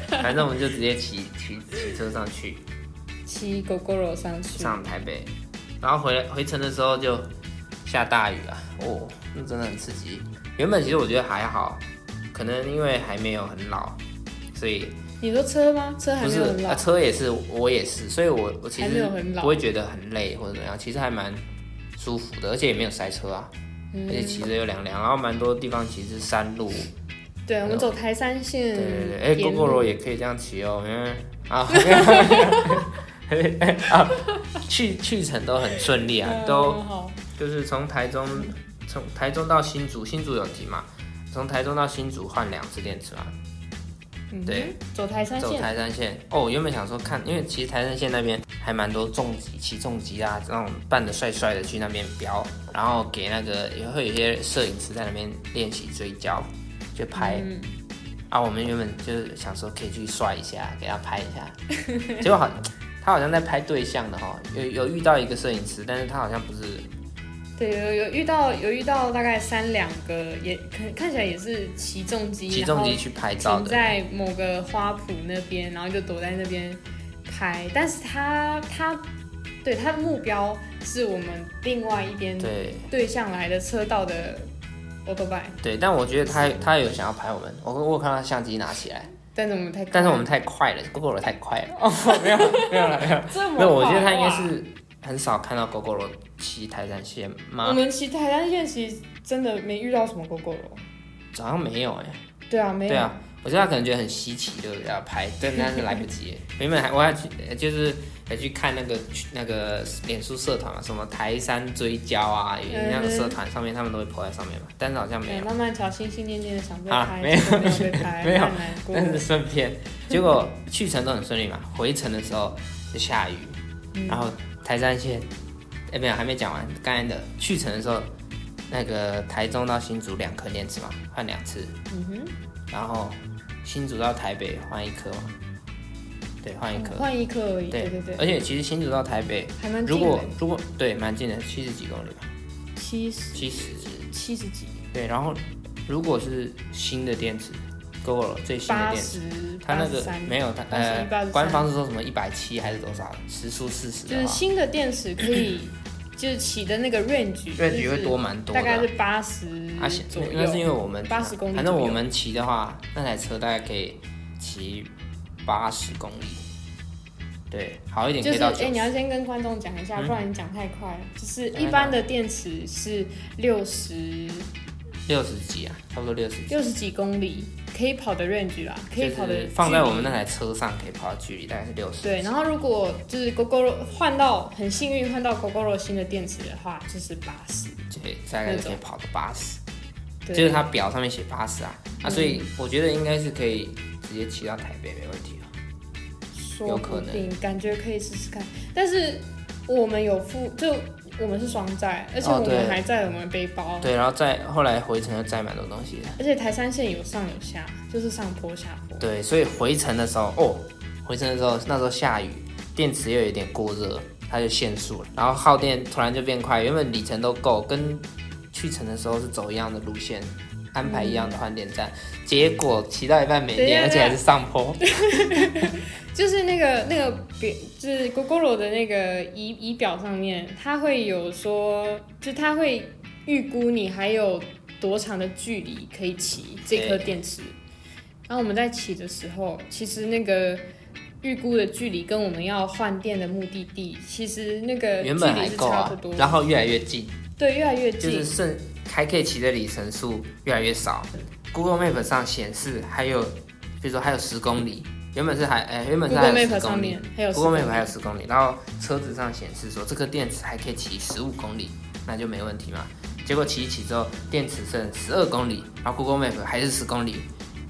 A: 反正我们就直接骑骑骑车上去
B: 骑狗狗肉上去，
A: 上台北，然后回来回程的时候就下大雨啊，哦，那真的很刺激。原本其实我觉得还好，可能因为还没有很老，所以
B: 你说车吗？车还
A: 不
B: 没
A: 是
B: 有很
A: 啊，
B: 老，
A: 车也是，我也是，所以我我其
B: 还没
A: 实
B: 有很老
A: 不会觉得很累或者怎么样，其实还蛮舒服的，而且也没有塞车啊，
B: 嗯
A: 而且骑着又凉凉，然后蛮多地方其实是山路，
B: 对，我们走台山线
A: 对对对，哎、
B: 沿
A: 狗狗
B: 路，
A: 罗也可以这样骑哦，嗯
B: (laughs)
A: 啊 (laughs) 啊，去去程都很顺利啊，
B: 嗯
A: 都
B: 很好
A: 就是从台中从台中到新竹，新竹有提嘛，从台中到新竹换两次电啊池嘛，
B: 嗯
A: 对
B: 哼走台山
A: 走
B: 线，
A: 台山线哦，原本想说看，因为其实台山线那边还蛮多重机、骑重机啊，这种扮的帅帅的去那边飙，然后给那个也会有一些摄影师在那边练习追焦，就拍。
B: 嗯
A: 啊，我们原本就是想说可以去帅一下，给他拍一
B: (laughs)
A: 下，结果好，他好像在拍对象的哈、有有遇到一个摄影师，但是他好像不是
B: 对，有有遇到有遇到大概三两个，也看看起来也是骑重机，
A: 骑
B: 然
A: 重
B: 后
A: 机去拍照
B: 停
A: 的，
B: 在某个花圃那边，然后就躲在那边拍。但是他他对他的目标是我们另外一边
A: 对。
B: 对向来的车道的 o b i
A: 对，但我觉得他他有想要拍我们，我我有看到他相机拿起来，
B: 但是我们太快
A: 但是我们太快了，GoGo 太快了，哦，没有没有了没有了，
B: 这么啊
A: 没有，我觉得
B: 快
A: 他应该
B: 哇
A: 是很少看到狗狗罗骑台山线
B: 我
A: 吗？
B: 们骑台山线其实真的没遇到什么狗狗了。
A: 好像没有哎、
B: 对啊，没有。
A: 对啊，我觉得他可能觉得很稀奇，就给他拍，但但是来不
B: (laughs)
A: 及。原本还我还去，呃就是还去看那个去那个脸书社团嘛，什么台山追焦啊，
B: 嗯
A: 有那个社团上面他们都会 po 在上面嘛，但是好像没
B: 对，
A: (laughs) 有，
B: 慢慢桥心心念念的想被
A: 啊
B: 拍，
A: 没有
B: 结果没有被拍，
A: 没有
B: 太难过
A: 但。是顺便，结果去程都很顺利嘛，回程的时候就下雨，
B: 嗯
A: 然后台山线，哎、没有还没讲完，刚才的去程的时候，那个台中到新竹两颗电池嘛，换两次，
B: 嗯哼，
A: 然后新竹到台北换一颗嘛，对，换一颗，
B: 哦换一颗而已。对对对，
A: 而且其实新竹到台北，
B: 还蛮
A: 如
B: 近
A: 果
B: 的，
A: 如果对蛮近的，七十几公里吧，
B: 七十
A: 七十
B: 七十几，
A: 对，然后如果是新的电池，Google 最新的
B: 八
A: 电池。
B: 十，
A: 它那个
B: 83
A: 没有它
B: 81 83
A: 呃，官方是说什么一百七还是多少时速四十
B: 就是
A: 的话，
B: 新的电池可以，就是起的那个
A: (coughs)
B: range，
A: 对，也
B: 就是
A: 会多蛮多的
B: 大概
A: 啊。
B: 是八十
A: 啊，现
B: 左
A: 那是因
B: 右。
A: 为我们
B: 80公里
A: 反正我
B: 左右
A: 们骑的话，那台车大概可以骑八十公里，对，好一点
B: 就
A: 可以
B: 是
A: 到
B: 哎、
A: 九
B: 你
A: 十。嗯
B: 要先跟观众讲一下，不然你讲太快了。就是
A: 讲一
B: 一
A: 下
B: 般的电池是六十
A: 六十几啊，差不多六十几，
B: 六十几公里可以跑的 range 啦，可以跑
A: 就
B: 的
A: 是放在
B: 距离
A: 我们那台车上可以跑的距离大概是六十。
B: 对，然后如果就是 GoGo 换到很幸运换到 GoGo 新的电池的话，就是八十。
A: 对，大概就可以跑到八十，
B: 对，嗯
A: 就是它表上面写八十啊，啊，所以我觉得应该是可以直接骑到台北没问题啊。
B: 说
A: 有可
B: 不
A: 能
B: 定感觉可以试试看，但是我们有付，就我们是双载，而且
A: 哦
B: 我们
A: 对
B: 还载我们背包，
A: 对，然后再后来回程又载蛮多东西的，
B: 而且台山线有上有下，就是上坡下坡。
A: 对，所以回程的时候，哦，回程的时候那时候下雨，电池又有点过热，它就限速了，然后耗电突然就变快，原本里程都够，跟去程的时候是走一样的路线，安排一样的换电站，结果骑到一半没
B: 等一下
A: 电，而且还是上坡，
B: 就是那个那个别，就是 Google 的那个仪仪表上面，它会有说，就它会预估你还有多长的距离可以骑这颗
A: 对
B: 电池。然后我们在骑的时候，其实那个预估的距离跟我们要换电的目的地，其实那个距
A: 原本
B: 离
A: 还
B: 是
A: 够
B: 差
A: 啊
B: 不多，，
A: 然后越来越近，
B: 对，越来越近。
A: 就是剩还可以骑的里程数越来越少。Google Map 上显示还有，比如说还有十公里，原本是还呃、原本是还
B: Google
A: 有十
B: Map
A: 公
B: 上
A: 里
B: 面还有
A: ，Google Map 还啊
B: 有
A: 有十公里，然后车子上显示说这个电池还可以骑十五公里，那就没问题嘛。结果骑一骑之后，电池剩十二公里，然后 Google Map 还是十公里，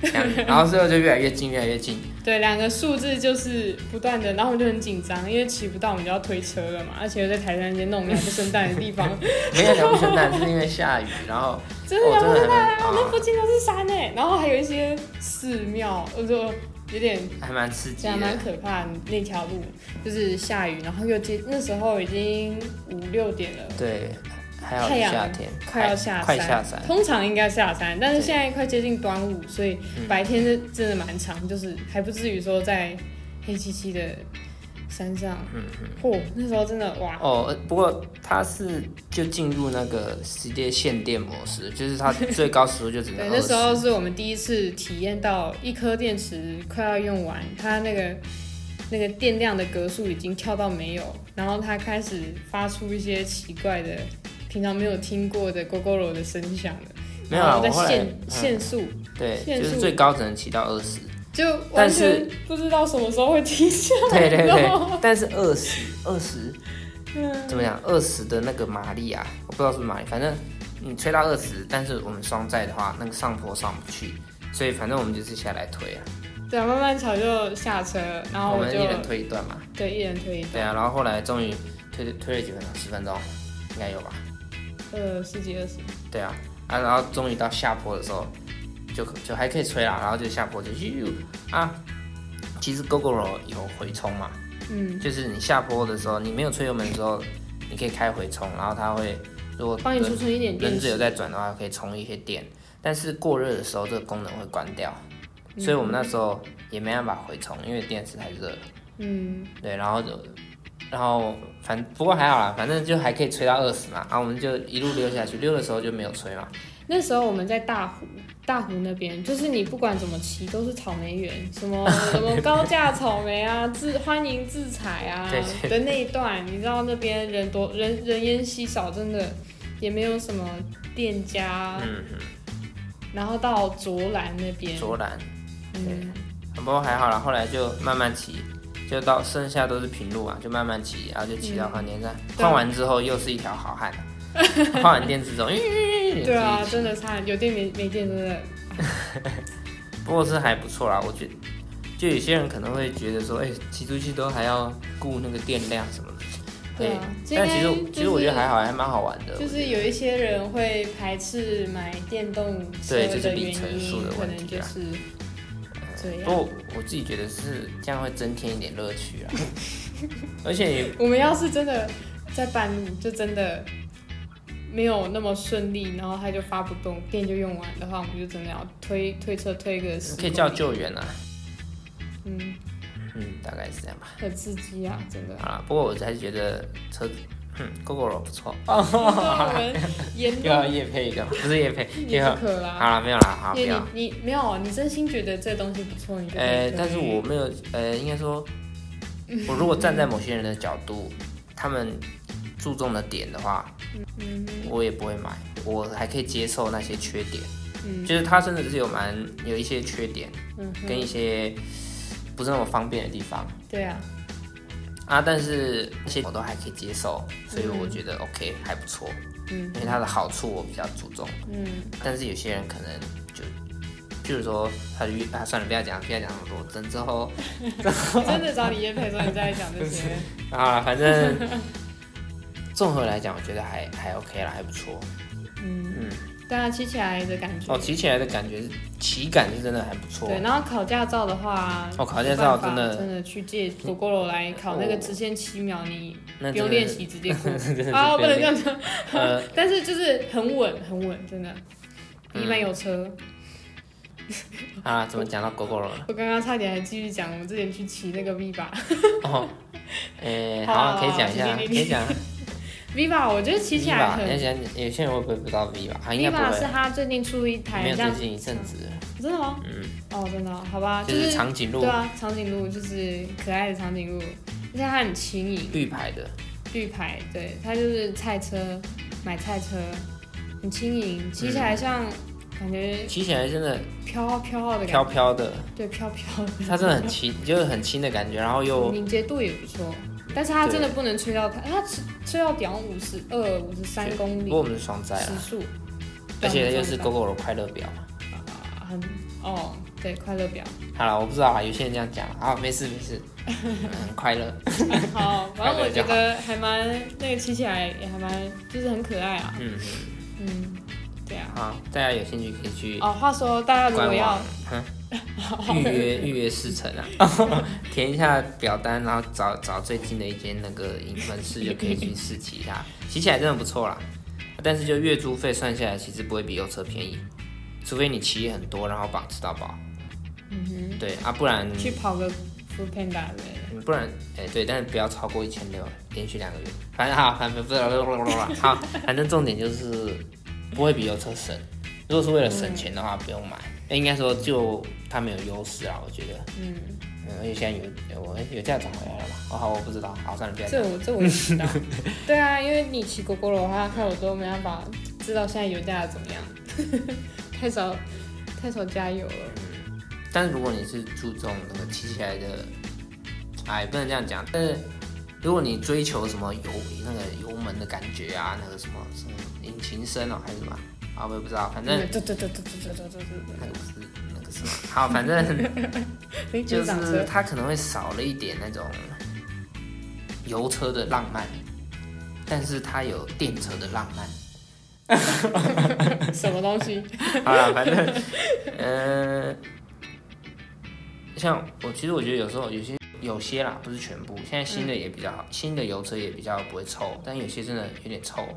A: 这样，
B: (laughs)
A: 然后最后就越来越近，越来越近。
B: 对两个数字就是不断的，然后我就很紧张，因为骑不到我们就要推车了嘛，而且又在台山街那种鸟不生蛋的地 (laughs) 方，
A: 没有聊不生蛋是因为下雨，然后
B: 真的
A: 哦
B: 鸟不
A: 真
B: 生
A: 的
B: 蛋
A: 还
B: 啊！
A: 蛮
B: 我们附近都是山哎，然后还有一些寺庙，我就有点
A: 还蛮刺激
B: 这样蛮
A: 的。
B: 可怕的那条路，就是下雨，然后又接那时候已经五六点了，
A: 对，还好
B: 太
A: 是
B: 阳
A: 夏天，
B: 快要下山，
A: 快下山。
B: 通常应该下山，但是
A: 对
B: 现在快接近端午，所以白天是真的蛮长，就是还不至于说在黑漆漆的山上。嗯嚯、那时候真的哇，
A: 哦，呃不过它是就进入那个世界限电模式，就是它最高时速就只能
B: (laughs) 对，
A: 二
B: 那时
A: 十。
B: 候是我们第一次体验到一颗电池快要用完，它那个那个电量的格数已经跳到没有，然后它开始发出一些奇怪的。平常没有听过的 GoGoRo 的声响了，
A: 没有
B: 然
A: 啊，
B: 后哦在
A: 我后来
B: 限限速，
A: 对，
B: 限
A: 就是
B: 速
A: 最高只能骑到二十。
B: 就完
A: 但是
B: 全不知道什么时候会
A: (laughs)
B: 停下来。
A: 对对对
B: 然 (laughs) 后，
A: 但是二十二十
B: 嗯
A: 怎么讲？二十的那个马力啊，我不知道是不是马力，反正你吹到二十，但是我们双载的话，那个上坡上不去，所以反正我们就是下来推啊，
B: 对啊，慢慢吵就下车，然后
A: 我们
B: 就
A: 一人推一段嘛。
B: 对一人推一
A: 对
B: 段，
A: 啊，然后后来终于推推了几分钟，十分钟应该有吧？
B: 呃，十几二十，
A: 对啊，啊，然后终于到下坡的时候，就就还可以吹啦，然后就下坡就咻啊。其实 GoGoRo 有回冲嘛，
B: 嗯，
A: 就是你下坡的时候，你没有吹油门的时候，你可以开回冲，然后它会如果
B: 帮你
A: 轮
B: 储存一点电
A: 轮子有
B: 池。
A: 在转的话，可以充一些电，但是过热的时候这个功能会关掉，
B: 嗯
A: 所以我们那时候也没办法回充，因为电池太热了。
B: 嗯，
A: 对，然后就，然后反不过还好啦，反正就还可以吹到二十嘛，然后我们就一路溜下去，溜的时候就没有吹嘛。
B: 那时候我们在大湖，大湖那边就是你不管怎么骑都是草莓园，
A: (laughs)
B: 什么什么高价草莓啊，自欢迎制裁啊
A: 对
B: 的那一段，你知道那边人多人人烟稀少，真的也没有什么店家。
A: 嗯，
B: 然后到卓兰那边，
A: 卓然，
B: 嗯，
A: 不过还好啦，后来就慢慢骑，就到剩下都是平路啊，就慢慢骑，然后就骑到换电站，
B: 嗯对
A: 换、完之后又是一条好
B: (laughs)
A: 汉，换完电池之后，嗯
B: 对啊，
A: 自己骑
B: 真的差有电没没电真的
A: 不过是还不错啦，我觉得。就有些人可能会觉得说，哎、骑出去都还要顾那个电量什么的，哎
B: 对啊，这
A: 但其实、
B: 应该
A: 其实我觉得还好，还蛮好玩的。
B: 就
A: 我觉得
B: 是有一些人会排斥买电动车
A: 对这是
B: 的
A: 里
B: 原
A: 程数
B: 因，
A: 的
B: 可
A: 问
B: 能
A: 题
B: 就
A: 啊
B: 是这
A: 不
B: 样。
A: 过我自己觉得是这样会增添一点乐趣
B: (laughs)
A: 啊，而且也
B: 我们要是真的在半路就真的没有那么顺利，然后它就发不动，电就用完的话，我们就真的要推推车推个十，
A: 可以叫，救援啊，
B: 嗯，
A: 嗯，大概是这样吧。
B: 很刺激啊，真的。
A: 好啦，不过我还是觉得车子，嗯，GoGoRo 不错，
B: 我们言
A: 又要
B: 论
A: 夜配一个，不是夜配，
B: 你
A: 又要
B: 不可啦，
A: 好了没有啦，好不
B: 因为
A: 要，
B: 你你没有，啊你真心觉得这东西不错，你就可以
A: 啊呃，
B: 推
A: 但是我没有，呃，应该说，我如果站在某些人的角度，他们注重的点的话，
B: 嗯
A: 我也不会买，我还可以接受那些缺点，
B: 嗯
A: 就是它真的是有蛮有一些缺点。
B: 嗯哼，
A: 跟一些不是那么方便的地方
B: 对啊，
A: 啊，但是这些我都还可以接受，所以
B: 嗯
A: 我觉得 OK 还不错，
B: 嗯
A: 因为它的好处我比较注重，
B: 嗯，
A: 但是有些人可能就。就是说，他就遇啊，算了，不要讲，不要讲那么多。等之后
B: 真的找你叶佩说你在讲
A: (laughs)
B: 这些，
A: 啊，反正
B: (laughs)
A: 综合来讲，我觉得还还 OK 啦，还不错。
B: 嗯
A: 嗯，
B: 对啊，骑起来的感觉，
A: 哦，骑起来的感觉是，骑感是真的还不错。
B: 对，然后考驾照的话，
A: 哦考驾照
B: 没办法
A: 真的
B: 真的去借狗狗楼来考那个直线七秒，你
A: 那真
B: 不用
A: 的
B: 练
A: (laughs) 是，
B: 习直接过
A: 真的是
B: 啊，
A: 不
B: 不
A: 用练嗯
B: 能这样讲，
A: 呃，
B: 但是就是很稳很稳，真的。比一般有车，
A: 啊，怎么讲到狗狗了？
B: (laughs) 我刚刚差点还继续讲，我们之前去骑那个 Viva，
A: 哦，诶、
B: 好啊
A: 好，可以讲一下，
B: 好啊
A: 可
B: 你你
A: 以
B: (laughs)
A: 讲
B: Viva 我觉得骑起
A: V
B: 来
A: 吧，有
B: 很
A: 些人有些人会不会不知道 V 吧？啊，应该不
B: ，Viva 是
A: 会，
B: 它最近出一台
A: 没有
B: 像
A: 最近一阵子了，
B: 真的吗？
A: 嗯，
B: 哦，真的哦，好吧，
A: 就是
B: 是
A: 长颈鹿
B: 对啊，长颈鹿就是可爱的长颈鹿，而且它很轻盈，
A: 绿牌的，
B: 绿牌，对，它就是菜车，买菜车，很轻盈，骑
A: 嗯
B: 起来像感觉
A: 骑起来真的
B: 飘飘飘的感
A: 飘
B: 觉，
A: 飘的，
B: 对，飘飘的，
A: 它真的很轻，就是很轻的感觉，然后又
B: 敏捷度也不错，但是它真的不能吹到它，它吹吹到两五十二、五十 (laughs) 三
A: 对
B: 公
A: 不
B: 里
A: 过我们是双载
B: 时
A: 啦，
B: 速，
A: 而且又是
B: 狗
A: GoGo 的快乐表嘛。
B: 很哦，对，快乐表，
A: (laughs) 好了，我不知道啦，有些人这样讲啊，没事没
B: (laughs)
A: 事，嗯很快乐。
B: 好，反正我觉
A: 快乐就
B: 得还蛮那个骑起来也还蛮，就是很可爱啊，
A: 嗯，
B: 嗯，对啊。
A: 好，大家有兴趣可以去
B: 哦，话说大家如果
A: 官
B: 要
A: 网嗯哼预约预约试乘啊， (laughs) 填一下表单，然后找找最近的一间那个营门市就可以去试骑
B: (laughs)
A: 它，骑起来真的不错啦。但是就月租费算下来，其实不会比油车便宜，除非你骑很多，然后把吃到饱。嗯哼，对啊，不然
B: 去跑个 Food Panda 之类的。
A: 嗯不然，哎、对，但是不要超过一千六，连续两个月。反正好，反正不是，好，反正重点就是不会比油车省。如果是为了省钱的话，不用买。那应该说就它没有优势啊，我觉得。嗯。而且现在有我有价涨回来了嘛？哦，好，我不知道，好，算了，不要讲。
B: 这我这我也
A: (laughs)
B: 知道。对啊，因为你骑狗狗的话，看我都没办法知道现在油价怎么样， (laughs) 太少太少加油了。
A: 但是如果你是注重那个骑起来的，哎，不能这样讲。但是如果你追求什么油那个油门的感觉啊，那个什么什么引擎声哦、还是什么啊，我也不知道，反正
B: 对对对对对对对对
A: 那个不是那个什么，好，反正。
B: 对对，
A: (laughs) 哎就
B: 掌
A: 是 (laughs)
B: 车。
A: 它可能会少了一点那种油车的浪漫，但是它有电车的浪漫。
B: 什么东西？
A: (laughs) 好了，啊反正，嗯、像我其实我觉得有时候有些有些啦，不是全部，现在新的也比较好，新的油车也比较不会臭，但有些真的有点臭，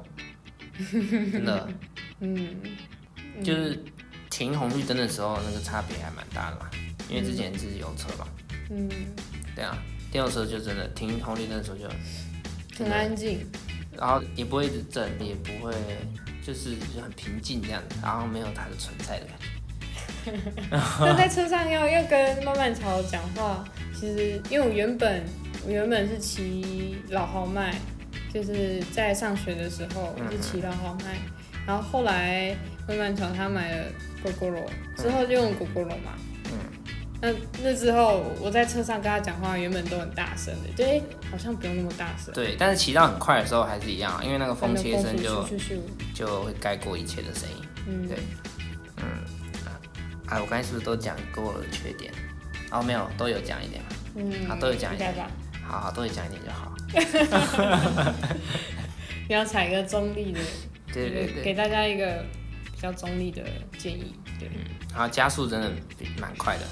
A: (laughs) 真的，嗯，就是停红绿灯的时候那个差别还蛮大的嘛，因为之前是油车嘛，
B: 嗯，
A: 对啊，电动车就真的停红绿灯的时候就真
B: 很
A: 的，
B: 安静。
A: 然后也不会一直震，也不会就是就很平静这样子，然后没有它的存在的感觉。
B: (laughs) 那在车上要要跟慢慢潮讲话，其实因为我原本我原本是骑老豪迈，就是在上学的时候
A: 嗯
B: 我就骑老豪迈，然后后来慢慢潮他买了 g o g o r o 之
A: 嗯
B: 后就用 g o g o r o 嘛。那那之后，我在车上跟他讲话，原本都很大声的，就哎好像不用那么大声，
A: 对，但是骑到很快的时候还是一样啊，因为那个风切声
B: 反正
A: 就
B: 咻咻咻咻
A: 就会盖过一切的声音。
B: 嗯
A: 对，嗯，啊，我刚才是不是都讲过了缺点？哦，没有，都有讲一点嘛。
B: 嗯，
A: 好都有讲
B: 应该吧？
A: 好好，都有讲一点就好。
B: 你要采一个中立的，
A: 对对对，
B: 给大家一个比较中立的建议，对。
A: 然后加速真的蛮快的，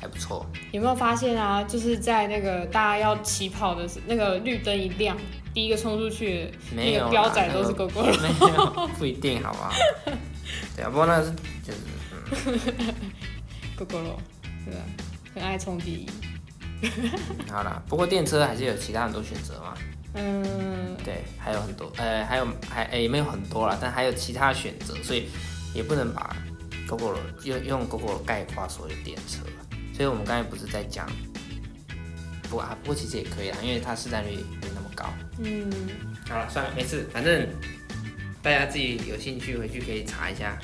A: 还不 (laughs) 错。
B: 有没有发现啊？就是在那个大家要起跑的时，那个绿灯一亮，第一个冲出去的
A: 没
B: 那
A: 有啦，
B: 个标仔都是狗狗了。
A: 没有，不一定，好不好？对啊，不过那是就是
B: 狗狗咯，对吧？很爱冲第一。
A: 好啦，不过电车还是有其他很多选择嘛。
B: 嗯，
A: 对，还有很多，呃，还有还呃也没有很多啦，但还有其他选择，所以也不能把 GoGo 用用 GoGo 概括所有电车。所以我们刚才不是在讲，不过啊，不过其实也可以啦，因为它市占率没那么高。
B: 嗯，
A: 好了，算了，没事，反正大家自己有兴趣回去可以查一
B: (laughs)
A: 下。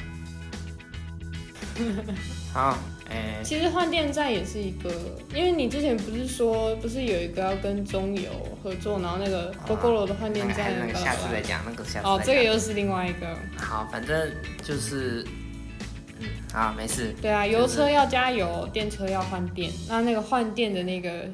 A: 好，哎、
B: 其实换电站也是一个，因为你之前不是说不是有一个要跟中油合作，然后那个狗狗的换
A: 那
B: 电
A: 个还
B: 站
A: 是哦哎那个
B: 巴
A: 下
B: 拉
A: 次
B: 巴拉
A: 再讲，那个下次再讲。
B: 哦，这个又是另外一个。
A: 好，反正就是，嗯，好，没事，
B: 对啊，油车要加油，电车要换电，那那个换电的那个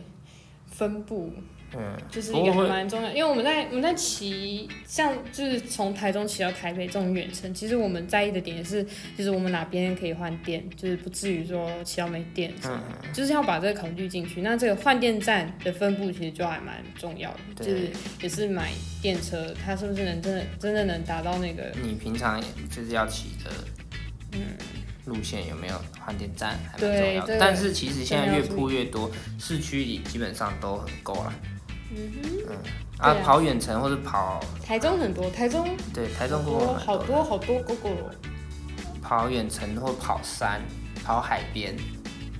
B: 分布
A: 嗯，
B: 就是
A: 不
B: 一个还
A: 会
B: 蛮重要，因为我们在我们在骑，像就是从台中骑到台北这种远程，其实我们在意的点也是，就是我们哪边可以换电，就是不至于说骑到没电什么
A: 嗯
B: 的，就是要把这个考虑进去。那这个换电站的分布其实就还蛮重要的，
A: 对
B: 就是也是买电车，它是不是能真的真的能达到那个
A: 你平常也就是要骑的，嗯，路线有没有换电站还蛮重
B: 对
A: 要
B: 这
A: 的。
B: 个
A: 但是其实现在
B: 真的
A: 越
B: 要注意
A: 铺越多，市区里基本上都很够了。嗯
B: 对
A: 啊，
B: 啊
A: 跑远程或者跑
B: 台中很多，台中
A: 对台中公
B: 多
A: 路
B: 好多好多哦 g o g o
A: 跑远程或跑山、跑海边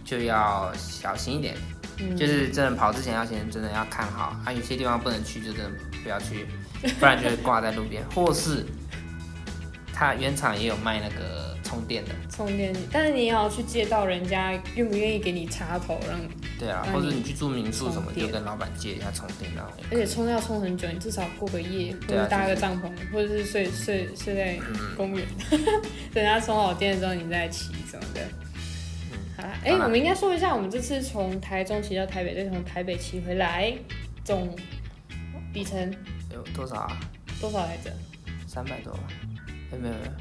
A: 就要小心一点，
B: 嗯
A: 就是真的跑之前要先真的要看好啊，有些
B: (laughs)
A: 地方不能去就真的不要去，不然就会挂在路边，或是它原厂也有卖那个充电的，
B: 充电，但是你也要去借到人家愿不愿意给你插头，让你
A: 对啊，
B: 那
A: 或者
B: 你
A: 你去住民宿什么，
B: 充
A: 就
B: 电
A: 跟老板借一下充电哎然后也
B: 而
A: 可以
B: 且充要充很久，你至少过个夜，或
A: 对啊
B: 者搭个帐篷，或者是睡睡睡在公园， (laughs) 等他充好电之后你再骑什么的。好啦，哎、
A: 好啦
B: 我们应该说一下，我们这次从台中骑到台北，再从台北骑回来，总里程
A: 有多少啊？
B: 多少来着？
A: 三百多吧？哎，没有没有，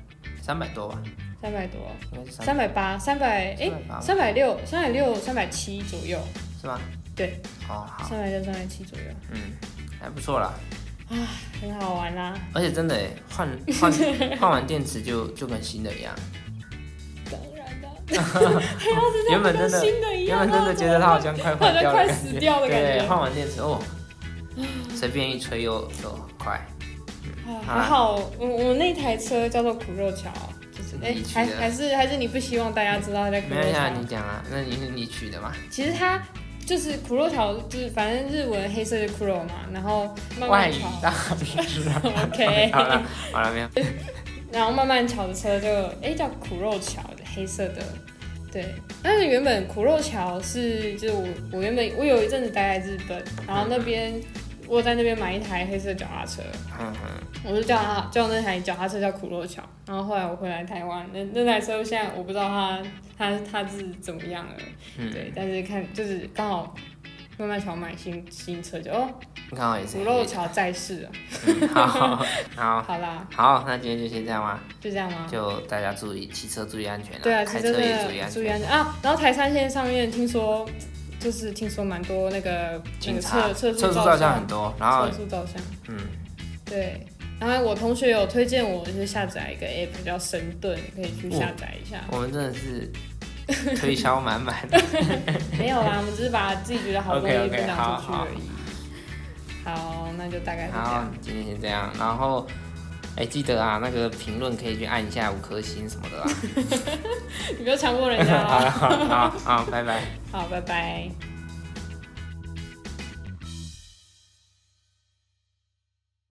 A: 三百多吧，
B: 三百多，
A: 应该是三
B: 三百八，三百哎，
A: 380
B: 三百六，三百六，三百七左右，
A: 是吗？
B: 对，
A: 哦好，
B: 三百六，三百七左右，
A: 嗯，还不错啦。
B: 很好玩啦。
A: 而且真的耶
B: (laughs)
A: 换换换完电池就就跟新的一样，
B: 当
A: (laughs)
B: 然的，还要是这样
A: 原本
B: 跟
A: 真的
B: 新的一
A: 原
B: 样，啊
A: 本真的觉得它好像快坏掉
B: 好像
A: 的
B: 快
A: 感
B: 死
A: 觉，
B: 掉的感觉
A: 对，换完电池
B: (laughs)
A: 哦，随便一吹又又很快，
B: 啊，
A: 好啦
B: 还好，我我那台车叫做苦肉桥，就是哎、
A: 你取
B: 还
A: 的
B: 还是还是你不希望大家知道它叫苦
A: 没
B: 肉
A: 有
B: 桥
A: 像？你讲啊，那你是你取的嘛？
B: 其实它就是苦肉桥，就是反正日文黑色的苦肉嘛，然后慢
A: 外
B: 慢
A: 语 (laughs)
B: 桥
A: 大
B: (laughs)
A: 师
B: ，OK，
A: 好了好了没有，
B: 然后慢慢桥的车就哎、叫苦肉桥，黑色的。对，但是原本苦肉桥是就是我我原本我有一阵子待在日本，然后那边我有在那边买一台黑色脚踏车，
A: 嗯嗯，
B: 我就叫他叫那台脚踏车叫苦肉桥，然后后来我回来台湾，那那台车现在我不知道它它它是怎么样了，
A: 嗯
B: 对，但是看就是刚好慢慢桥买新新车就哦，
A: 你看我也是 (laughs)
B: 苦，肉桥在世啊，
A: 嗯好好
B: 好啦，
A: 好，那今天就先这样吧，
B: 就这样吗？
A: 就大家注意骑车注意安全
B: 对啊，
A: 开
B: 其
A: 车
B: 实真
A: 也注意
B: 的
A: 安
B: 注意
A: 全，
B: 安全啊！然后台山线上面听说就是听说蛮多那个那
A: 警
B: 个
A: 察测
B: 测测
A: 速
B: 速
A: 照
B: 照
A: 相很多，然后
B: 测速照相，
A: 嗯。
B: 对。然后我同学有推荐我，就是下载一个 app 叫神盾，可以去
A: 哦
B: 下载一下。
A: 我们真的是推销满满的。 (laughs)
B: 没有啦，我们只是把自己觉得好的东
A: OK，OK，
B: 西分享出去
A: 好
B: 而已。好，那就大概是这
A: 好
B: 样。，
A: 今天先这样，然后。哎、记得啊，那个评论可以去按一下五颗星什么的啦。 (laughs)
B: 你不要强迫人家
A: 好 (laughs)
B: 啊。
A: 了，好好好，拜拜。
B: 好，拜拜。